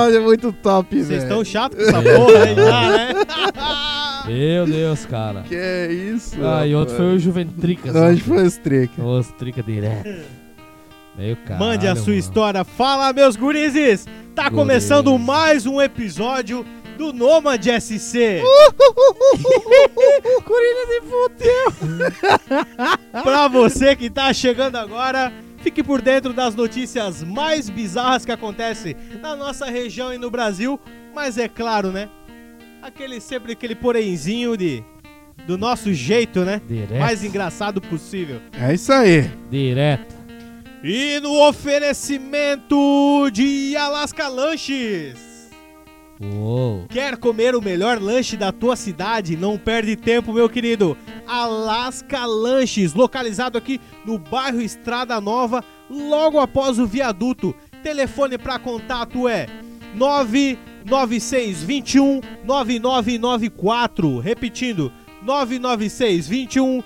é muito top, velho. Vocês estão chatos com essa porra aí já, né? Meu Deus, cara. Que é isso? Ah, e outro foi o Juventricas. né? Não, acho que foi os tricks. Os trica direto. Meio cara. Mande a sua história. Fala, meus gurizes! Tá começando Gurizes. mais um episódio do Nomad SC. Corinthians e Pra você que tá chegando agora, fique por dentro das notícias mais bizarras que acontecem na nossa região e no Brasil, mas é claro, né? Aquele sempre aquele porenzinho de do nosso jeito, né? Direto. Mais engraçado possível. É isso aí. Direto. E no oferecimento de Alaska Lanches. Uou. Quer comer o melhor lanche da tua cidade? Não perde tempo, meu querido. Alaska Lanches, localizado aqui no bairro Estrada Nova, logo após o viaduto. Telefone para contato é 99621 9994. Repetindo, 99621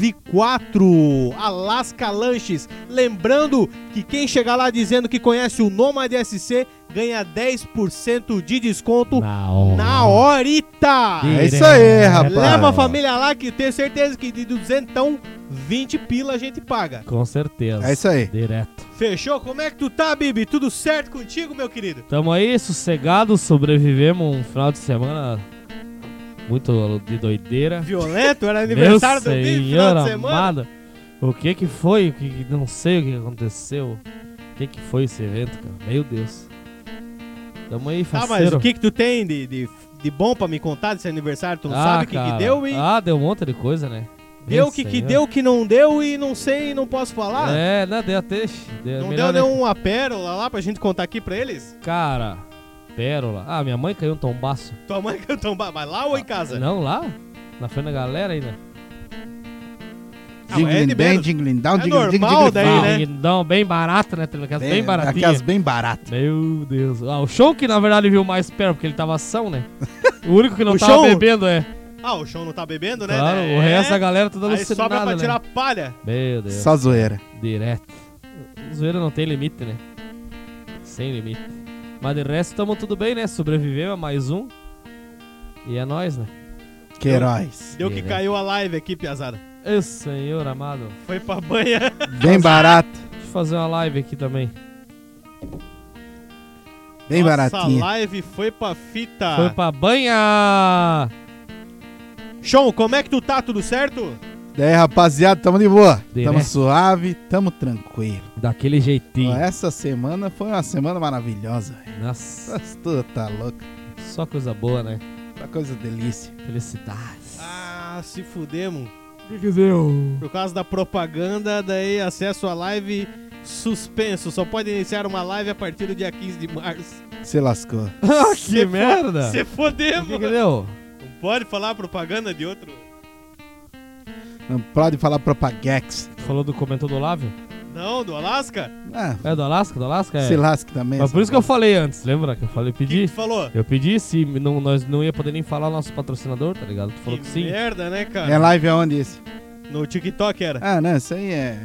9994. Alaska Lanches. Lembrando que quem chegar lá dizendo que conhece o Nomad SC ganha 10% de desconto Na hora. na horita. É isso aí, rapaz. né? Leva a família lá que eu tenho certeza que de 200 então 20 pila a gente paga. Com certeza. É isso aí. Direto. Fechou? Como é que tu tá, Bibi? Tudo certo contigo, meu querido? Tamo aí, sossegados, sobrevivemos um final de semana muito de doideira. Violento, era Meu aniversário do Bibi, final Senhor de semana. amado, O que que foi? O que que- não sei o que aconteceu. O que que foi esse evento, cara? Meu Deus. Tamo aí, Tá, mas faceiro. o que que tu tem de, de, de bom pra me contar desse aniversário? Tu não Ah, sabe o que, que cara. deu e... Ah, deu um monte de coisa, né? Deu Meu o que, que Senhor. deu, o que não deu e não sei, não posso falar. É, não, deu até... não Deu, deu melhor né? nem- nenhuma pérola lá pra gente contar aqui pra eles? Cara, pérola. Ah, minha mãe caiu um tombaço. Tua mãe cantou um ba- mas lá ou em casa? Não, lá? Na frente da galera ainda. Ah, mas é de Jingling bem, menos. jingling down, É jingling jingling, normal jingling daí, down. né? Não, Ah, bem barato, né? Aquelas bem, baratinha. Aquelas bem baratas. Meu Deus. Ah, o show que na verdade viu mais pérola, porque ele tava ação, né? O único que não O tava Shawn? bebendo é. Ah, o chão não tá bebendo, né? Claro, É. o resto da galera toda Aí sobra alucinada, pra né? tirar palha. Meu Deus, Só zoeira. direto. Zoeira não tem limite, né? Sem limite. Mas de resto, estamos tudo bem, né? Sobreviveu a mais um. E é nóis, né? Que heróis. Deu que Direto. caiu a live aqui, piazada. Ô, senhor amado. Foi pra banha. Bem barato. Deixa eu fazer uma live aqui também. Bem baratinha. Nossa live foi pra fita. Foi pra banha! Sean, como é que tu tá? Tudo certo? Daí, rapaziada, tamo de boa. né? Tamo Direto. suave, tamo tranquilo. Daquele jeitinho. Ó, Ah, essa semana foi uma semana maravilhosa. é? velho. Nossa, Mas tu tá louco. só coisa boa, né? Tá coisa delícia. Felicidades. Ah, se fudemos. que que deu? Por causa da propaganda, daí acesso à live suspenso. Só pode iniciar uma live a partir do dia 15 de março. Se lascou. Ah, que Se fo- merda! Se O que fodemos. que deu? Não pode falar propaganda de outro. Não pode falar propagax. Falou do comentou do Olávio? Não, do Alasca? Ah, É do Alasca? Do Alasca? É. se lasque também. Mas por isso que eu falei antes, lembra? Que eu falei, O que pedi. tu falou? Eu pedi se não, nós não ia poder nem falar o nosso patrocinador, tá ligado? Tu falou que, sim. merda, né, cara? É live aonde esse? No TikTok era. Ah, não, isso aí é,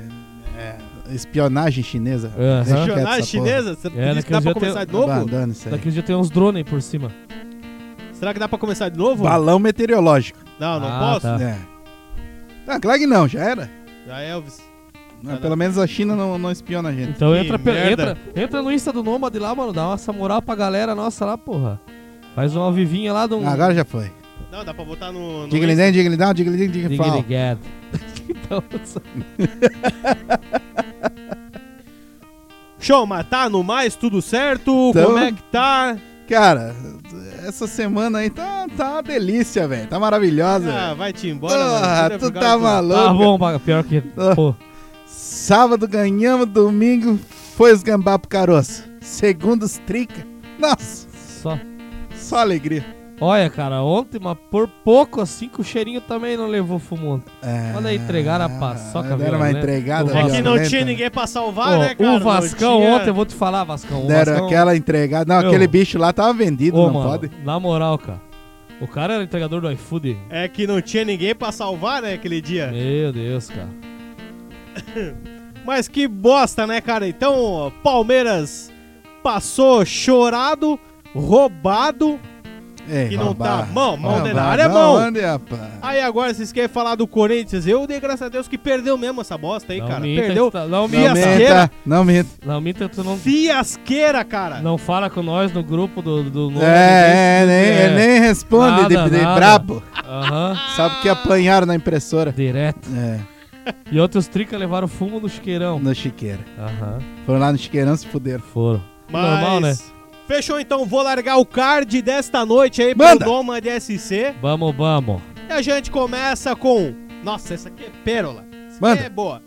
é espionagem chinesa. Deixa Aham. quieto Jornada essa porra. chinesa? Você É, disse que dá pra naquele dia começar tem- de novo? Abandona isso aí. Daqui a dia tem uns drones aí por cima. Será que dá pra começar de novo? Balão meteorológico. Não, não Ah, posso. tá. É. Ah, claro que não, já era. Já é, Elvis. Não, Ah, pelo não. menos a China não, não espiona a gente. Então Que entra, pe- merda. entra, entra no Insta do Nomad lá, mano. Dá essa moral pra galera nossa lá, porra. Faz uma vivinha lá de um. Ah, agora já foi. Não, dá pra botar no. é no Diglin Insta. den, diglin down, diglin ding, diglin fall. Diggity-gad. Então, só- Show, mas tá no mais, tudo certo? Então- Como é que tá? Cara, essa semana aí tá, tá uma delícia, velho. Tá maravilhosa. Ah, velho. vai-te embora. Porra, mano. tu Tira por tá causa do- Tá maluco. bom, paga- pior que. Ah. Pô, Sábado ganhamos, domingo foi os gambá pro caroço. Segundo os trica. Nossa, só. só alegria. Olha, cara, ontem, mas por pouco assim que o cheirinho também não levou fumo. É, Olha aí, entregaram a paçoca, Deram uma violenta. entregada. O Vasco- É que não violenta. tinha ninguém pra salvar, Ó, né, cara? o Não Vascão tinha- ontem, eu vou te falar, Vascão. O Deram Vascão, aquela entregada. Não, Meu. aquele bicho lá tava vendido, Ô, não mano, pode. Na moral, cara. O cara era entregador do iFood. É que não tinha ninguém pra salvar, né, aquele dia. Meu Deus, cara. Mas que bosta, né, cara? Então, Palmeiras passou chorado, roubado. É, Que não roubar. tá- mão, mão Roubar de nada é da mão. onde, rapaz? Aí agora vocês querem falar do Corinthians. Eu dei graças a Deus que perdeu mesmo essa bosta aí, não cara. minta, Perdeu. tá- não, Não minta, fiasqueira. minta, não minta. não minta, tu não, Fiasqueira, cara. não fala com nós no grupo do... do no- É, é, nem, ele nem responde de, Nada, de nada. brabo. Aham, Sabe que apanharam na impressora. direto. É, E outros trica levaram fumo no chiqueirão. no chiqueira. Aham, Foram lá no chiqueirão se fuderam. foram. Mas... Normal, né? Fechou então, vou largar o card desta noite aí pro Manda. Doma de SC. Vamos, vamos. E a gente começa com. Nossa, essa aqui é pérola. Essa aqui Manda. é boa.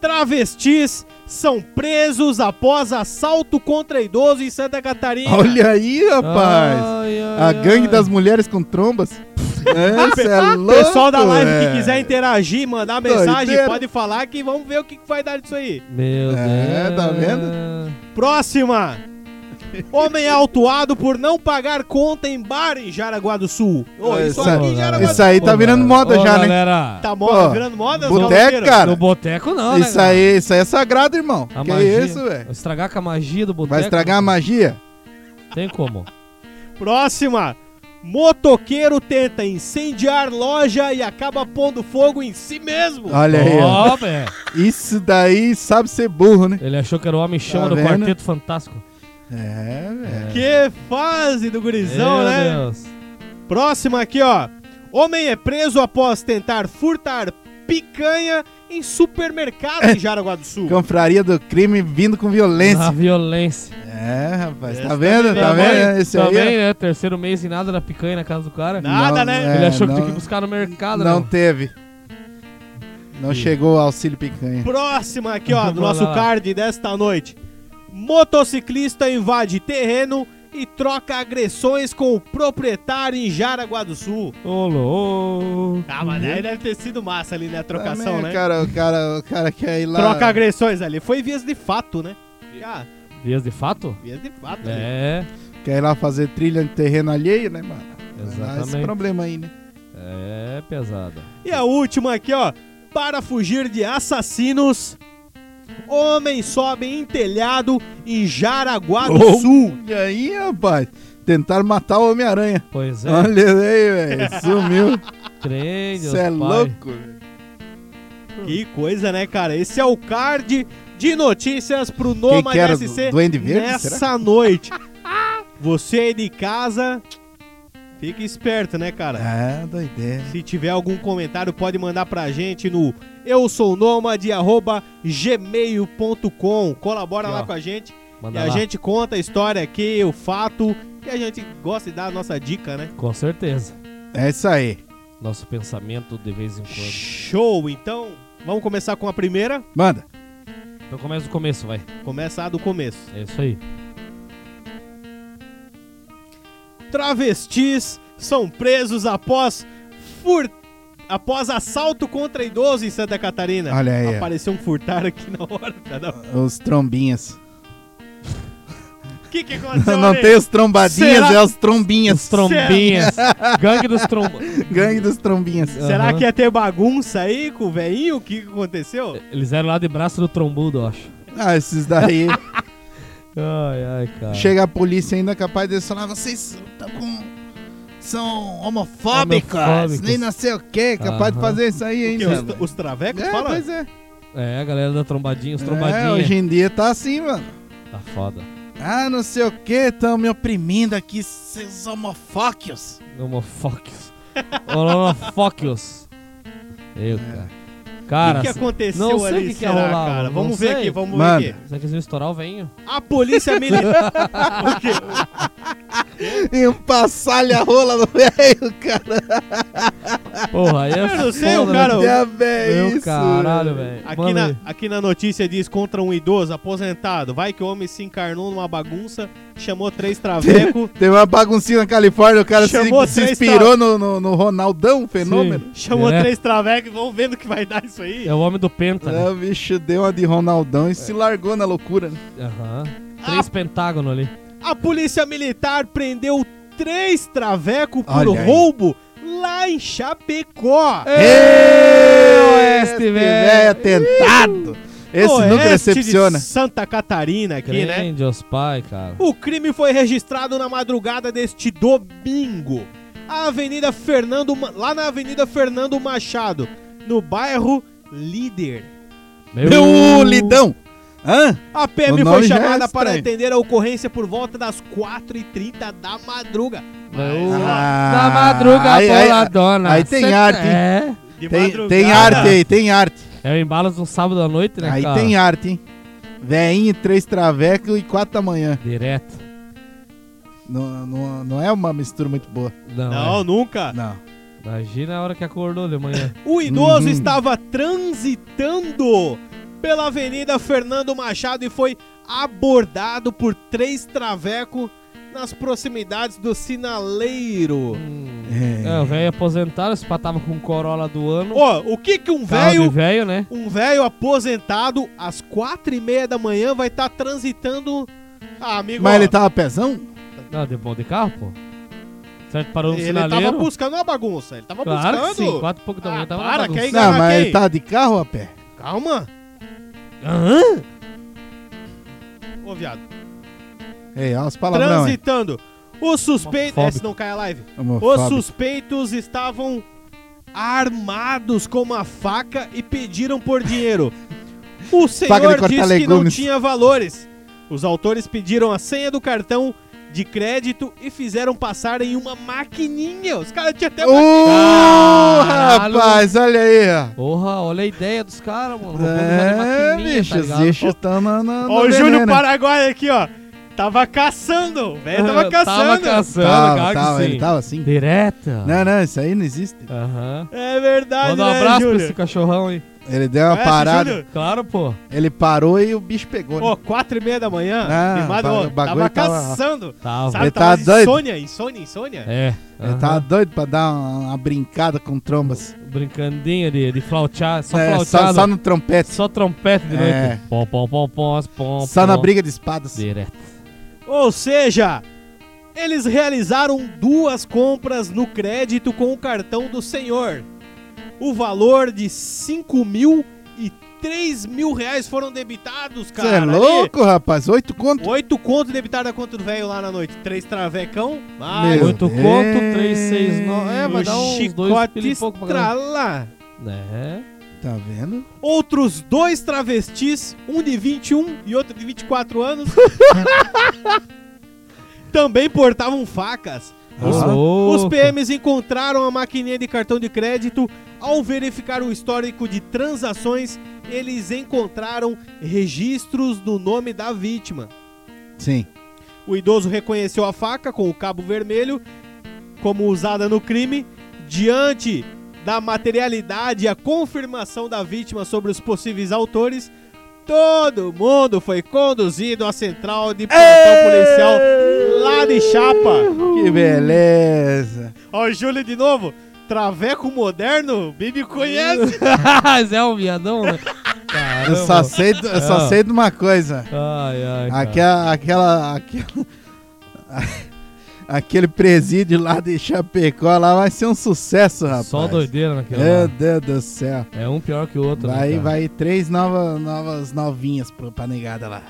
Travestis são presos após assalto contra idoso em Santa Catarina. Olha aí, rapaz. Ai, ai, A gangue ai. das mulheres com trombas. Essa é O louco, Pessoal da live é. que quiser interagir, mandar Doideira. mensagem, pode falar que vamos ver o que que vai dar disso aí. Meu Deus. É, tá Próxima! Homem é autuado por não pagar conta em bar em Jaraguá do Sul. Ô, isso Essa- aqui em Jaraguá do Isso Sul aí tá virando moda já, né? galera, tá moda, Pô, virando moda, boteco, Zaloteiro? cara. No boteco não, né? Isso galera? aí, isso aí é sagrado, irmão. A que magia. isso, velho? Estragar com a magia do boteco. Vai estragar a não magia? Tem como. Próxima! Motoqueiro tenta incendiar loja e acaba pondo fogo em si mesmo. Olha aí, ó. Ó, velho. Isso daí sabe ser burro, né? Ele achou que era o homem chama Tá do vendo? Quarteto Fantástico. É, velho. Que fase do gurizão, Meu né? Deus. Próxima aqui, ó. Homem é preso após tentar furtar picanha em supermercado em Jaraguá do Sul. Confraria do crime vindo com Na violência. violência. É, rapaz. Esse Tá vendo? também Tá vai. vendo? Esse aí. Também, é- né? Terceiro mês e nada da picanha na casa do cara. Nada. né? é, Ele achou que não, tinha que buscar no mercado, Não né? teve. Não chegou o auxílio picanha. Próxima aqui, ó, do Vamos nosso lá. card desta noite. Motociclista invade terreno e troca agressões com o proprietário em Jaraguá do Sul. Ô, louco. Ah, mas aí deve ter sido massa ali, né? A trocação, Também, né? Cara, o cara, o cara quer ir lá. Troca agressões ali. Foi vias de fato, né? Ah, Dias de fato? vias de fato. ali. É. Quer ir lá fazer trilha no terreno alheio, né, mano? Exatamente. Ah, Esse problema aí, né? É pesada. E a última aqui, ó. Para fugir de assassinos, homem sobe em telhado em Jaraguá do Oh. Sul. E aí, rapaz? Tentaram matar o Homem-Aranha. Pois é. Olha aí, velho. Sumiu. Trem, Deus Você é pai. louco, velho. Que coisa, né, cara? Esse é o card de notícias pro Quem Noma que era? SC Duende Verde, nessa será? noite. Você aí de casa, fica esperto, né, cara? Ah, doideira. Se tiver algum comentário, pode mandar pra gente no eu sou nômade, arroba gmail.com. Colabora Aqui, lá ó. com a gente e Manda a lá. gente conta a história aqui, o fato, e a gente gosta de dar a nossa dica, né? Com certeza. É isso aí. Nosso pensamento de vez em quando. Show! Então, vamos começar com a primeira. Manda. Então começa do começo, vai. Começa a do começo. É isso aí. Travestis são presos após fur... após assalto contra idoso em Santa Catarina. Olha aí, ó. Apareceu um furtar aqui na hora, cara. Os trombinhas. O que que aconteceu Não ali? tem os trombadinhas, Será- é os trombinhas. Os trombinhas. é Gangue dos trombos. Gangue dos trombinhas. Será Aham. que ia ter bagunça aí com o velhinho? O que que aconteceu? Eles eram lá de braço do trombudo, eu acho. Ah, esses daí. Ai, ai, cara. Chega a polícia ainda capaz de falar, vocês tão com... São homofóbicos, Homofóbicos. nem não sei o que, capaz de Aham. fazer isso aí Que ainda. os, velho. os travecos né, é, fala? pois é. É, a galera da trombadinha, os é. trombadinhas. Hoje em dia tá assim, mano. Tá foda. Ah, não sei o que, tão me oprimindo aqui, seus homofóquios. Homofóquios. Homofóquios. Eu, cara. É. Cara, o que, que se- aconteceu não sei ali, o que que ia será, rolar, cara? não Vamos ver sei. aqui, vamos Manda. ver aqui. será que eles iam estourar o venho? A polícia militar... O quê? E um passalha rola no velho, cara. Porra, aí é Eu não sei, o foda, cara- né? Já bem Meu é isso. caralho, velho. Aqui, Manda na, aí. aqui na notícia diz contra um idoso aposentado. Vai que o homem se encarnou numa bagunça, chamou três travecos, Teve uma baguncinha na Califórnia, o cara se, Chamou se três inspirou no, no, no Ronaldão, fenômeno. chamou Direto. três travecos, vamos vendo o que vai dar isso aí. É o homem do penta, né? Ah, o bicho deu uma de Ronaldão e se largou na loucura. né? Aham. Três pentágonos ali. A polícia militar prendeu três travecos por Olha aí. É. roubo lá em Chapecó. Ê, Oeste, esse velho. velho atentado. É Esse no nunca oeste decepciona. de Santa Catarina aqui, né? Grande aos pai, cara. Uh, O crime foi registrado na madrugada deste domingo. A Avenida Fernando, Ma- lá na Avenida Fernando Machado, no bairro Líder. Meu lidão! um Hã? A O PM foi nome já é chamada para estranho. atender a ocorrência por volta das 4h30 da madruga. Meu- Ah, da madruga aí- aí- boladona. aí tem Cê- arte, hein? É. De Tem, madrugada. tem arte aí, tem arte. É o embalo de um sábado à noite, né, Aí cara? tem arte, hein? Veinho, três travecos e quatro da manhã. Direto. Não, não, não é uma mistura muito boa. Não, Não, é. nunca. Não. Imagina a hora que acordou de manhã. O idoso Uhum. estava transitando pela Avenida Fernando Machado e foi abordado por três traveco nas proximidades do sinaleiro. Hum. É. É, o velho aposentado, esse pá tava com Corolla do ano. Ó, o que que um Carro de velho, velho, né? um velho aposentado às quatro e meia da manhã vai estar transitando, ah, amigo? Mas ó, tá ele tava pezão? Não, de bom de carro, pô. Será que parou no ele sinaleiro? tava buscando uma bagunça, ele tava claro que buscando. sim, quatro e pouco da manhã Ah, tava para, na bagunça. que aí- Não, enganar mas quem? ele tava de carro ou a pé? Calma, Hã? ô viado. É, olha os palavrão. hein? Transitando. Os suspeitos. Homofóbico. É, se não cai a live. Os Homofóbico. suspeitos estavam armados com uma faca e pediram por dinheiro. O Faca de senhor cortar disse que não legumes. tinha valores. Os autores pediram a senha do cartão de crédito e fizeram passar em uma maquininha. Os caras tinham até Ô, maquininha. tá Caralho. rapaz, olha aí, ó. Porra, olha a ideia dos caras, mano. Roubando já É, de maquininha, bicho, tá os ligado? bichos tão na, na, Ó, no o Júlio veneno. Paraguai aqui, ó. Tava caçando. O velho tava Tava caçando. caçando, Tava, cara, tava, que sim. ele tava assim. Direta. Não, não, isso aí não existe. Aham. É verdade, Manda um né, É, abraço Júlio? pra esse cachorrão aí. Ele deu uma Conhece, parada, Júlio? Claro, pô. ele parou e o bicho pegou. né? Pô, quatro e meia da manhã, Ah, animado, ba- ó, o bagulho tava tava- caçando. Tava. Sabe, Ele tava tá doido. insônia, insônia, insônia. É. Ele aham. tava doido pra dar uma, uma brincada com trombas. Brincandinha de, de flautear. Só É, flauteado. só, só Só, no trompete. Só, trompete de noite. É. Pom, pom, pom, pom, pom, na pom. briga de espadas. Direto. É. Ou seja, eles realizaram duas compras no crédito com o cartão do senhor. O valor de 5 mil e 3 mil reais foram debitados, Você cara. é louco, rapaz? Oito conto? 8 conto debitaram da conta do velho lá na noite. Três travecão, Meu mas Oito Deus. conto, três, seis, nove. É, vai dar uns dois chicote pila e pouco pra cada estrala. um. É. Tá vendo? outros dois travestis, um de 21 e outro de 24 anos, também portavam facas. Os, Ah. os Louco. PMs encontraram a maquininha de cartão de crédito. Ao verificar o histórico de transações, eles encontraram registros do nome da vítima. Sim. O idoso reconheceu a faca com o cabo vermelho como usada no crime. Diante da materialidade e a confirmação da vítima sobre os possíveis autores, todo mundo foi conduzido à central de plantão policial lá de Chapa. Que beleza. Ó, o Júlio de novo. Traveco moderno, Bibi conhece. Zé é um viadão, né? Eu Caramba. só sei, do- eu só Ah. sei de uma coisa. Ai, ai, cara. Aquela, aquela, aquela- aquele presídio lá de Chapecó lá vai ser um sucesso, rapaz. Só doideira naquele Meu lá. Deus do céu. É um pior que o outro. né, Vai, cara? vai três novas, novas novinhas pro- pra negada lá.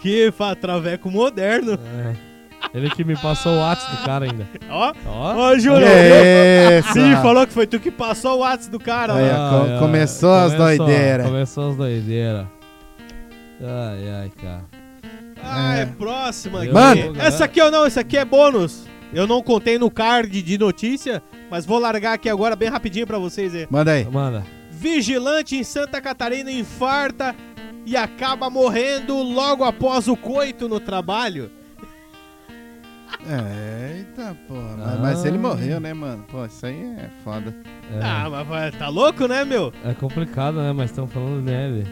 Que fa traveco moderno. É. Ele que me passou o WhatsApp do cara ainda. Ó, Ó. ó, Júlio. Essa. Sim, falou que foi tu que passou o WhatsApp do É cara. Aí, né? ó, co- começou as doideiras. Começou as doideiras. Ai, ai, cara. Ah, é É. próxima aqui. Mano! Essa aqui eu não, essa aqui é bônus. Eu não contei no card de notícia, mas vou largar aqui agora bem rapidinho pra vocês aí. Manda aí. Manda. Vigilante em Santa Catarina infarta e acaba morrendo logo após o coito no trabalho. É, Eita, porra. Mas, mas ele morreu, né, mano? Pô, isso aí é foda. É, Ah, mas vai- tá louco, né, meu? é complicado, né? Mas estamos falando dele.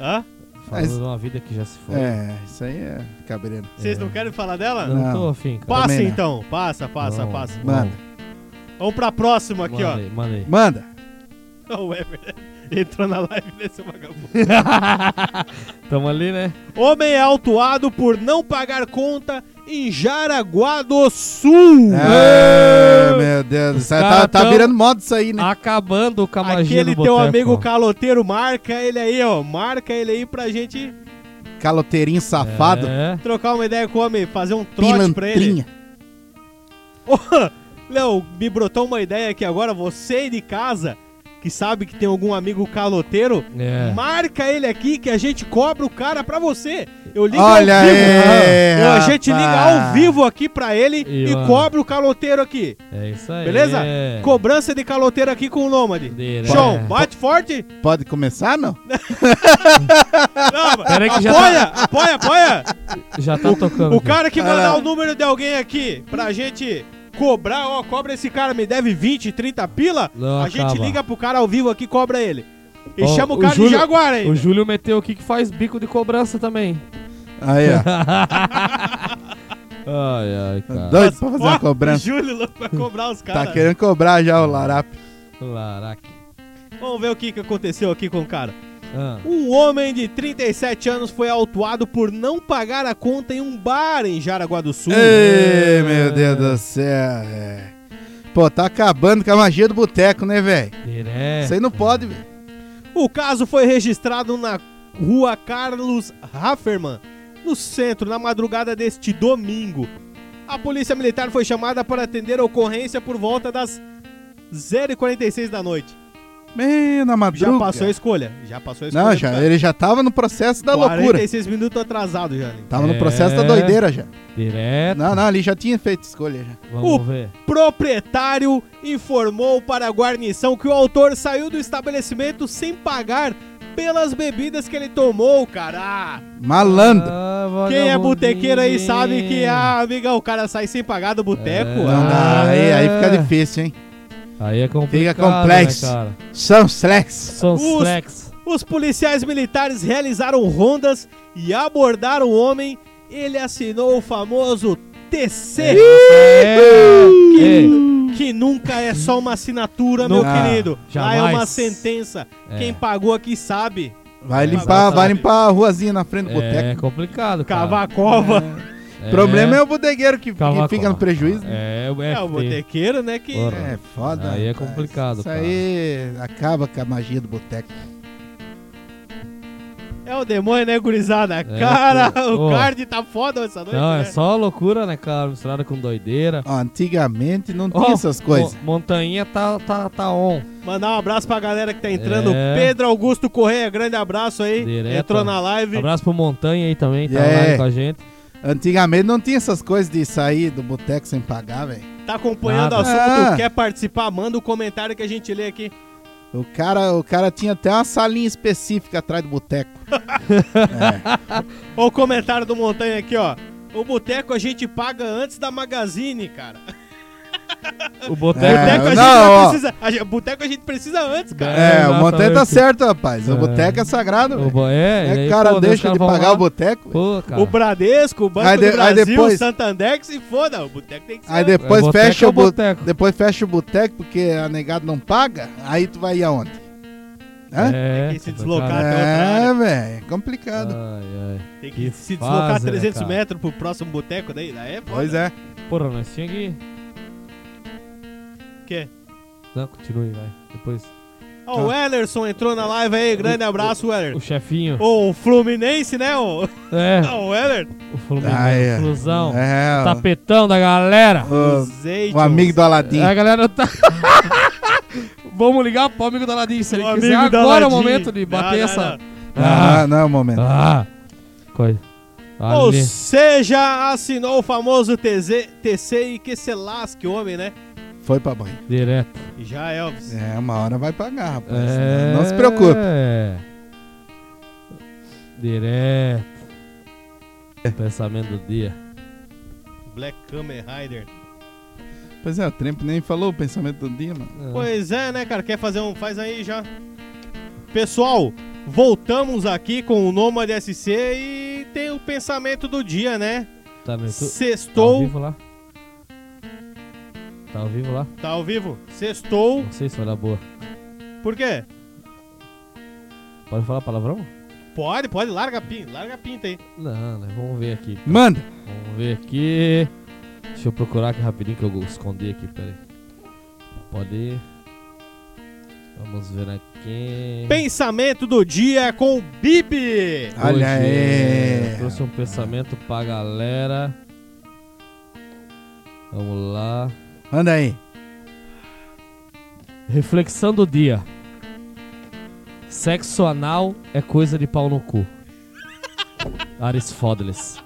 Hã? Falando Mas- de uma vida que já se foi. É, isso aí é cabreiro. Vocês não querem falar dela? Eu Ah, Não. não, tô afim, cara. Passa Também não. então, passa, passa, Não, passa. não. Manda. Vamos pra próxima aqui, Manda aí, manda aí. Manda. ó. O Everton. Ele entrou na live desse vagabundo. Tamo ali, né? Homem é autuado por não pagar conta em Jaraguá do Sul. É, meu Deus. do céu. Tá, caras tá tão- virando moda isso aí, né? Acabando com a magia Aquele do teu boteco. amigo caloteiro, marca ele aí, ó. Marca ele aí pra gente Ah. Caloteirinho safado. É. trocar uma ideia com o homem, fazer um trote pra pilantrinha. ele. Ô, Léo, me brotou uma ideia aqui agora. Você aí de casa, que sabe que tem algum amigo caloteiro, É. marca ele aqui que a gente cobra o cara pra você. Eu ligo Olha ao vivo. aí, Eu- a gente rapaz. liga ao vivo aqui pra ele E, e, ó. cobra o caloteiro aqui. É isso aí. Beleza? Cobrança de caloteiro aqui com o Nômade. Direto. Chão, bate forte. Pode começar, não? Não, mas Peraí que já tá- apoia, apoia, apoia. Já tá tocando. O aqui. cara que Vai mandar lá. o número de alguém aqui pra gente cobrar, ó, cobra esse cara, me deve 20, 30 pila, Não, a gente acaba. liga pro cara ao vivo aqui e cobra ele. E Ó, chama o o cara de Júlio- Jaguar aí. O Júlio meteu aqui que faz bico de cobrança também. Aí, ó. Tá Ai, ai, cara. Doido pra fazer uma cobrança. Júlio louco pra cobrar os Tá caras. querendo cobrar já É. o Larap. Laraca. Vamos ver o que, que aconteceu aqui com o cara. Ah, Um homem de 37 anos foi autuado por não pagar a conta em um bar em Jaraguá do Sul. Ei, meu Deus do céu, velho. Pô, tá acabando com a magia do boteco, né, velho? direto. É. Isso aí não pode, velho. O caso foi registrado na rua Carlos Rafferman, no centro, na madrugada deste domingo. A polícia militar foi chamada para atender a ocorrência por volta das 0h46 da noite. Meio na Já madruga. passou a escolha. Já passou a escolha. Não, do já, cara. ele já tava no processo da loucura. 46 minutos atrasado já. né? Tava no É. processo da doideira já. Direto. Não, não, ele já tinha feito escolha já. Vamos O- ver. Proprietário informou para a guarnição que o autor saiu do estabelecimento sem pagar pelas bebidas que ele tomou, cara. Ah, Malandro. Ah, Quem é vagabundinho. botequeiro aí sabe que, ah, amiga, o cara sai sem pagar do boteco. É. Não ah. dá, aí, aí Ah. fica difícil, hein? Aí é Fica complicado, complexo. Né, cara? São Slex. São Os- flex. Os policiais militares realizaram rondas e abordaram o homem. Ele assinou o famoso TC, É. Ei, Uh, que nunca é só uma assinatura, meu Nunca. querido. Lá é Ah, Jamais. uma sentença. É. Quem pagou aqui sabe. Vai É, limpar, vai exatamente. limpar a ruazinha na frente do É boteco. complicado, cara. Cavar a cova. O problema é o bodegueiro que, que Cavar a fica no cova. prejuízo. né? É, o É, FT. o botequeiro, né? Que Ora. É, foda. Aí é rapaz. complicado, Isso cara. aí acaba com a magia do boteco. é o demônio, né, gurizada? É, cara, pô. o Ô. card tá foda essa noite. Não, né? é só loucura, né, cara? Misturada com doideira. Ó, Antigamente não Ó, tinha essas coisas. Mo- Montanha tá, tá, tá on. Mandar um abraço pra galera que tá entrando. É. Pedro Augusto Correia, grande abraço aí. Direto. Entrou na live. Abraço pro Montanha aí também, tá É. lá com a gente. Antigamente não tinha essas coisas de sair do boteco sem pagar, velho. Tá acompanhando o Nada. assunto, Ah. quer participar, manda o comentário que a gente lê aqui. O cara, o cara tinha até uma salinha específica atrás do boteco. Ó o comentário do Montanha aqui, ó. O boteco a gente paga antes da magazine, cara. O Boteco. É, Boteco a, gente não, não ó. precisa, a gente- boteco a gente precisa antes, cara. É, o exatamente. Montanha tá certo, rapaz. O É. boteco é sagrado, O velho. bo... É, e É, aí, o cara pô, daí os deixa caras de vão pagar lá. o boteco. velho. Pô, cara. O Bradesco, o Banco Aí de- do aí Brasil, depois- o Santander, que se foda. O boteco tem que ser Aí antes. depois É, boteco fecha é o boteco. boteco. Depois fecha o boteco porque a negada não paga. Aí tu vai ir aonde? Hã? É, Tem que se deslocar né? complicado. até outra É, área. velho, é Ah, complicado. Ai, ai. Tem que, que se deslocar fase, né, 300 cara? metros pro próximo boteco daí. daí é foda. Pois tá é. Porra, nós tinha que. Que? Não, continue, vai. Depois. Ó, Tá. o Ellerson entrou na live aí. Grande abraço, O Weller. chefinho. Ô, O Fluminense, né? O, É, o Weller. o Fluminense. Ah, é. Flusão. É, Tá o- Tapetão da galera. o, Zeitons. o Ah, um amigo do Aladim. A galera tá. Vamos ligar pro amigo da Ladinha. Se ele O quiser, amigo da agora é o Aladim. momento de Não, bater não, essa. Ah, não, é o momento. Ah! Coisa. Ou Ali. seja, assinou o famoso TZ, TC e que se lasque o homem, né? Foi pra banho. Direto. E já, Elvis. É, uma hora vai pagar, rapaz. É... Não se preocupe. Direto. Pensamento do dia. Black Kamen Rider. Pois é, o Tremp nem falou o pensamento do dia, mano. Pois é, né, cara? Quer fazer um... Faz aí já. Pessoal, voltamos aqui com o Nomad SC e tem o pensamento do dia, né? Tá, meu, tu... tá ao Sextou. vivo lá? Tá ao vivo lá? Tá ao vivo? Sextou. Não sei se vai dar boa. Por quê? Pode falar palavrão? Pode, pode, larga a pinta, larga a pinta aí. Não, né? Vamos ver aqui. Manda! Vamos ver aqui. Deixa eu procurar aqui rapidinho que eu escondi aqui, peraí. Pode ir. Vamos ver aqui. Pensamento do dia com o Bibi. Olha Hoje aí! eu Trouxe um pensamento pra galera. Vamos lá. Manda aí! Reflexão do dia. Sexo anal é coisa de pau no cu. Arisfódeles.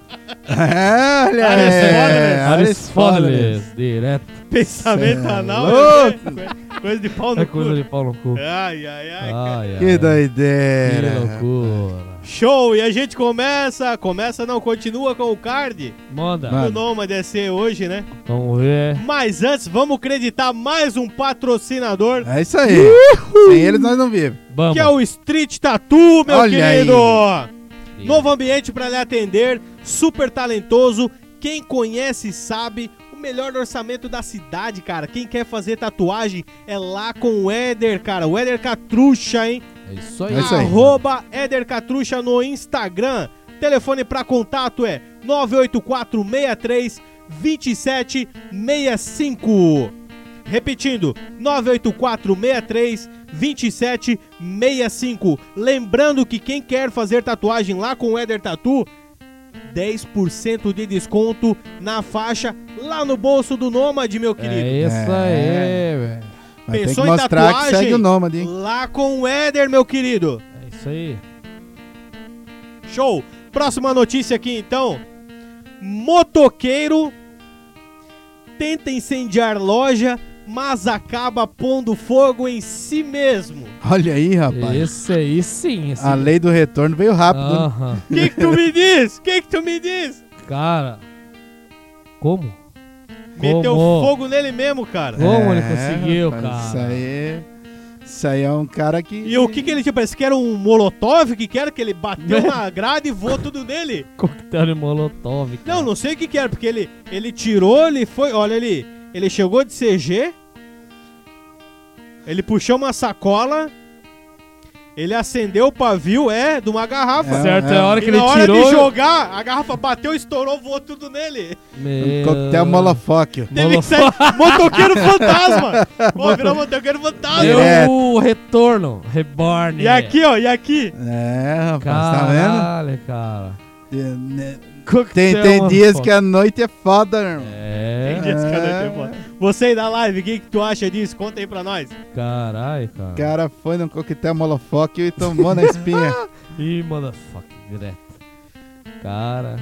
Olha aí! É, Aristóteles. Aristóteles. Arisfódeles. Direto. Pensamento Cê é anal. louco. né? Coisa de pau no É cu. coisa de pau no cu. Ai, ai, ai. Ah. cara. Ai, ai, Que ai. É, né? Que doideira! loucura. Show! E a gente começa, começa não, continua com o card Manda. Mano. do Noma DC hoje, né? Vamos ver. Mas antes, vamos acreditar mais um patrocinador, É isso aí! Sem eles nós não vivemos. Vamos. que é o Street Tattoo, meu Olha aí. querido! Novo ambiente para lhe atender, super talentoso. Quem conhece sabe o melhor orçamento da cidade, cara. Quem quer fazer tatuagem é lá com o Éder, cara. O Éder Catrucha, hein? É isso aí. É isso aí. Arroba Éder Catrucha no Instagram. Telefone para contato é 98463 2765. Repetindo, 98463 2765. Lembrando que quem quer fazer tatuagem lá com o Éder Tatu, 10% de desconto na faixa lá no bolso do Nômade, meu querido. É isso É. aí, velho. Mas tem que Pensou em mostrar que tatuagem? segue o Nômade, hein? Lá com o Éder, meu querido. É isso aí. Show! Próxima notícia aqui então. Motoqueiro tenta incendiar loja, mas acaba pondo fogo em si mesmo. Olha aí, rapaz! Esse aí sim. Esse A lei do retorno veio rápido. né? Aham. O que, que tu me diz? O que, que tu me diz? Cara. Como? Meteu Como? fogo nele mesmo, cara. Como ele É, conseguiu, rapaz, cara? Isso aí. Isso aí é um cara que. E o que, que ele tinha? Parece que era um molotov que que era, que ele bateu Né? na grade e voou tudo nele. Coquetel de molotov. cara. Não, não sei o que, que era, porque ele, ele tirou, ele foi. Olha ali, ele chegou de CG, ele puxou uma sacola, ele acendeu o pavio, é, de uma garrafa. É, Certo, é a hora E que na ele hora tirou. de jogar, a garrafa bateu, estourou, voou tudo nele. Um Meu... coquetel molofóquio. Teve que sair. Motoqueiro fantasma! Ó, virou motoqueiro fantasma! Deu Direto. o retorno. Reborn. E aqui, ó, e aqui? É, rapaz, tá Caralho, cara. vendo? Né, Tem, Coquetel tem dias molotov. que a noite é foda, irmão. Tem É, dias que a noite é boa. Você aí da live, o que, que tu acha disso? Conta aí pra nós. caralho, O cara. cara foi num coquetel molofóquio e tomou na espinha. Ih, motherfucker, direto. Cara,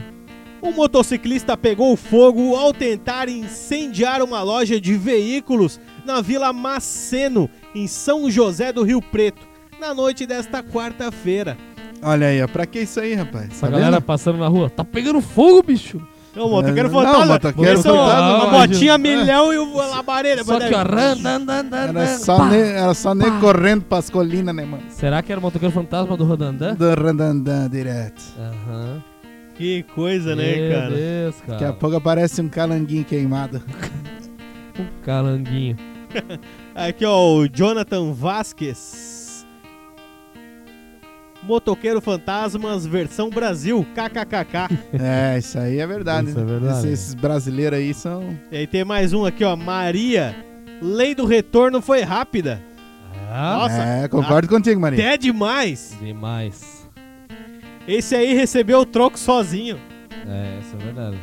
Um motociclista pegou fogo ao tentar incendiar uma loja de veículos na Vila Maceno, em São José do Rio Preto, na noite desta quarta-feira. Olha aí, ó. Pra que isso aí, rapaz? essa Tá galera passando na rua, tá pegando fogo, bicho. Ô, motoqueiro Não, fantasma. motoqueiro Esse é o- fantasma, A motinha imagina. milhão e o É, labareda. né? Só que ó, ran, dan, dan, dan, vendo? Era dan, só, pá. ne, era só nem correndo pras colinas, né, mano? Será que era o motoqueiro fantasma do Rodandã? Do randandã direto. Aham. Que coisa, né, Meu cara? Deus, cara. Daqui a pouco aparece um calanguinho queimado. Um calanguinho. Aqui, ó, o Jonathan Vasquez. Motoqueiro Fantasmas versão Brasil, kkkk. É, isso aí é verdade. Isso é verdade. Esses, esses brasileiros aí são. E aí tem mais um aqui, ó. Maria, lei do retorno foi rápida. Ah, Nossa, é, concordo contigo, Maria. Até é demais. demais. Esse aí recebeu o troco sozinho. É, isso é verdade.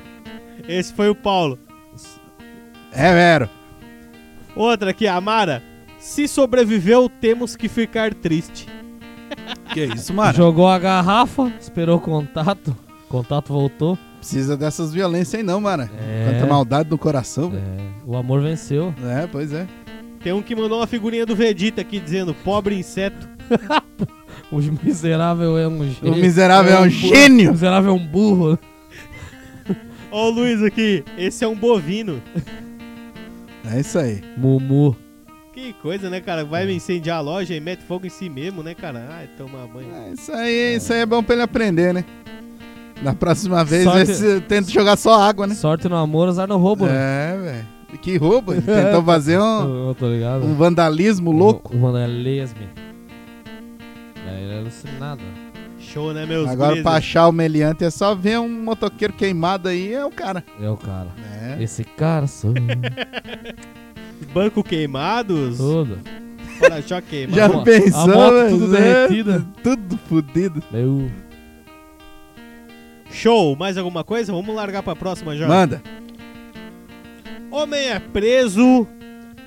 Esse foi o Paulo. É vero. Outra aqui, Amara. Se sobreviveu, temos que ficar triste. Que isso, mano? Jogou a garrafa, esperou o contato. Contato voltou. Precisa dessas violências aí não, mano. É. Quanta maldade no coração, velho. É, o amor venceu. É, pois é. Tem um que mandou uma figurinha do Vegeta aqui dizendo: pobre inseto. O miserável é um gênio. O miserável é um O gênio. miserável é um burro. Ó, o Luiz aqui. Esse é um bovino. É isso aí. Mumu. Que coisa, né, cara? Vai me incendiar a loja e mete fogo em si mesmo, né, cara? Ai, toma banho. É isso aí, isso aí é bom pra ele aprender, né? Na próxima vez Só vai que- se- tenta jogar só água, né? Sorte no amor, azar no roubo, né? É, velho. Que roubo. Ele tentou fazer um, Eu, eu tô ligado. um vandalismo louco. O, o vandalismo. Daí era alucinado. Show, né, meus É. Agora, gurizes? pra achar o meliante, é só ver um motoqueiro queimado aí, é o cara. É o cara. É. Esse cara sou eu, Banco queimados, todo. para-choque queimado. Já Mas, ó, pensou, a moto tudo mas é derretida. Tudo fudido. Meu. Show, mais alguma coisa? Vamos largar pra próxima, Jorge. Manda. Homem é preso